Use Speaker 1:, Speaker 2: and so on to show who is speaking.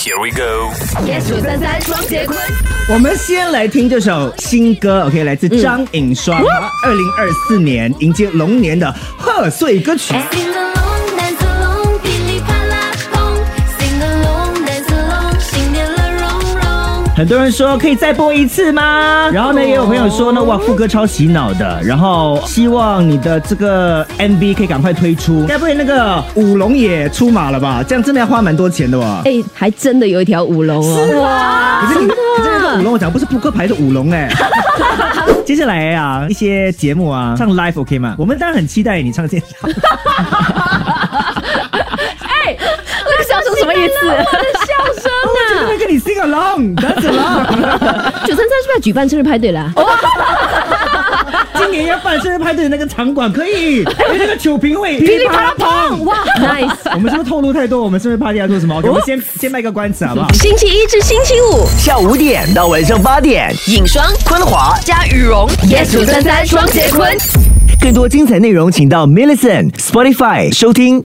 Speaker 1: Here we go。
Speaker 2: yes 九三三双节棍，
Speaker 3: 我们先来听这首新歌，OK，来自张颖双，二零二四年迎接龙年的贺岁歌曲。
Speaker 4: Sing along, dance along，噼里啪啦咚。Sing along, dance along，新年乐融融。
Speaker 3: 很多人说可以再播一次吗？然后呢，也有朋友说呢，哇，副歌超洗脑的。然后希望你的这个 MV 可以赶快推出，该不会那个舞龙也出马了吧？这样真的要花蛮多钱的哇。
Speaker 2: 哎，还真的有一条舞龙哦。
Speaker 3: 哇！可是你，可是那个舞龙，我讲不是扑克牌是舞龙哎、接下来啊，一些节目啊，上 live OK 吗？我们当然很期待你唱现场。
Speaker 2: 哎，那个笑声什么意思？
Speaker 5: 笑声
Speaker 3: 真的会跟你 sing along，that's along。
Speaker 2: 啊九三三是不是要举办生日派对啦？
Speaker 3: 今年要办生日派对的那个场馆可以，因为那个酒瓶会噼里啪啦砰。
Speaker 2: 哇，nice！
Speaker 3: 我们是不是透露太多？我们生日 party 要做什么？OK，我们先先卖个关子好不好？
Speaker 5: 星期一至星期五，
Speaker 6: 下午五点到晚上八点，
Speaker 5: 影双
Speaker 6: 昆华。
Speaker 5: 加羽绒。
Speaker 2: yes 九三三双节棍。
Speaker 6: 更多精彩内容，请到 m i l l i c e n t Spotify 收听。